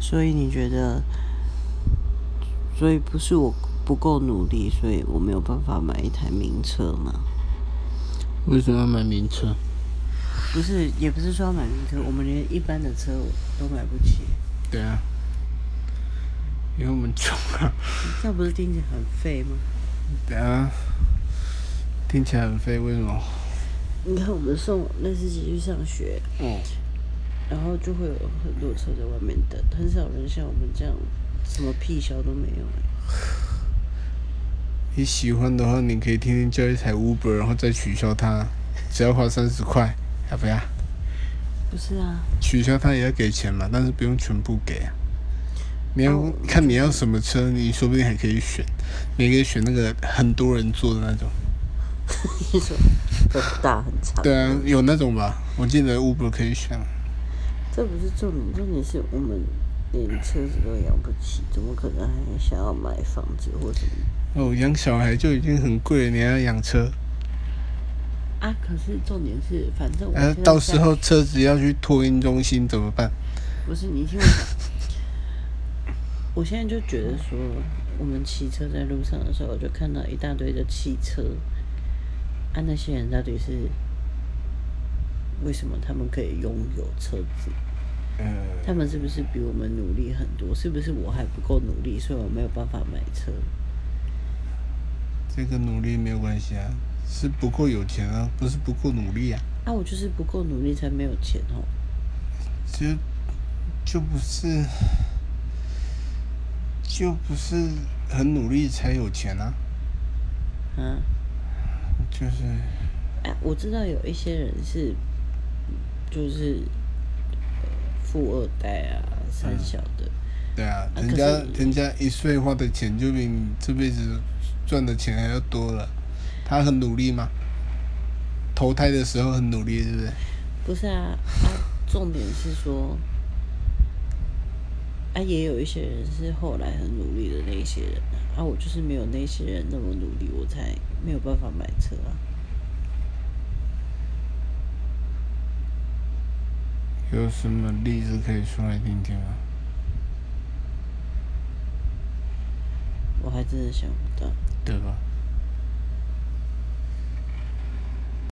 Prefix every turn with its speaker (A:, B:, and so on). A: 所以你觉得，所以不是我不够努力，所以我没有办法买一台名车吗？
B: 为什么要买名车？
A: 不是，也不是说要买名车，我们连一般的车都买不起，
B: 对啊，因为我们穷 啊。
A: 这样不是听起来很废吗？
B: 对啊，听起来很哦废，为什么？
A: 你看，我们送那司机去上学，
B: 哦，
A: 然后就会有很多车在外面等，很少人像我们这样，什么屁小都没有、欸
B: 你喜欢的话，你可以天天叫一台 Uber，然后再取消它，只要花三十块，要不要？
A: 不是啊，
B: 取消它也要给钱嘛，但是不用全部给啊。你要、
A: 哦
B: 看你要什么车，你说不定还可以选，你也可以选那个很多人坐的那种。
A: 你 说很大很长，
B: 对啊，有那种吧？我记得 Uber 可以选。
A: 这不是重点，重点是我们连车子都养不起，怎么可能还想要买房子或什么？
B: 哦，养小孩就已经很贵了，你还要养车，
A: 啊，可是重点是，反正我
B: 然
A: 现在
B: 后呃哎到时
A: 在
B: 候车子要去托运中心怎么办？
A: 不是你听我 讲，我现在就觉得说，我们骑车在路上的时候，我就看到一大堆的汽车，啊，那些人到底是为什么他们可以拥有车子？
B: 呃，
A: 他们是不是比我们努力很多？是不是我还不够努力，所以我没有办法买车？
B: 这个努力没有关系啊，是不够有钱啊，不是不够努力啊，
A: 啊，我就是不够努力才没有钱哦。
B: 就就不是就不是很努力才有钱啊，
A: 啊，
B: 就是
A: 哎、我知道有一些人是，就是呃富二代啊、三小的，
B: 对啊，
A: 啊
B: 人
A: 可
B: 家
A: 是
B: 人家一岁花的钱就比你这辈子赚的钱还要多了，他很努力吗？投胎的时候很努力，对不对？
A: 不是啊啊，重点是说，啊，也有一些人是后来很努力的那一些人啊，啊我就是没有那些人那么努力，我才没有办法买车啊。
B: 有什么例子可以说来听听吗？
A: 我还真的想不到，
B: 对吧？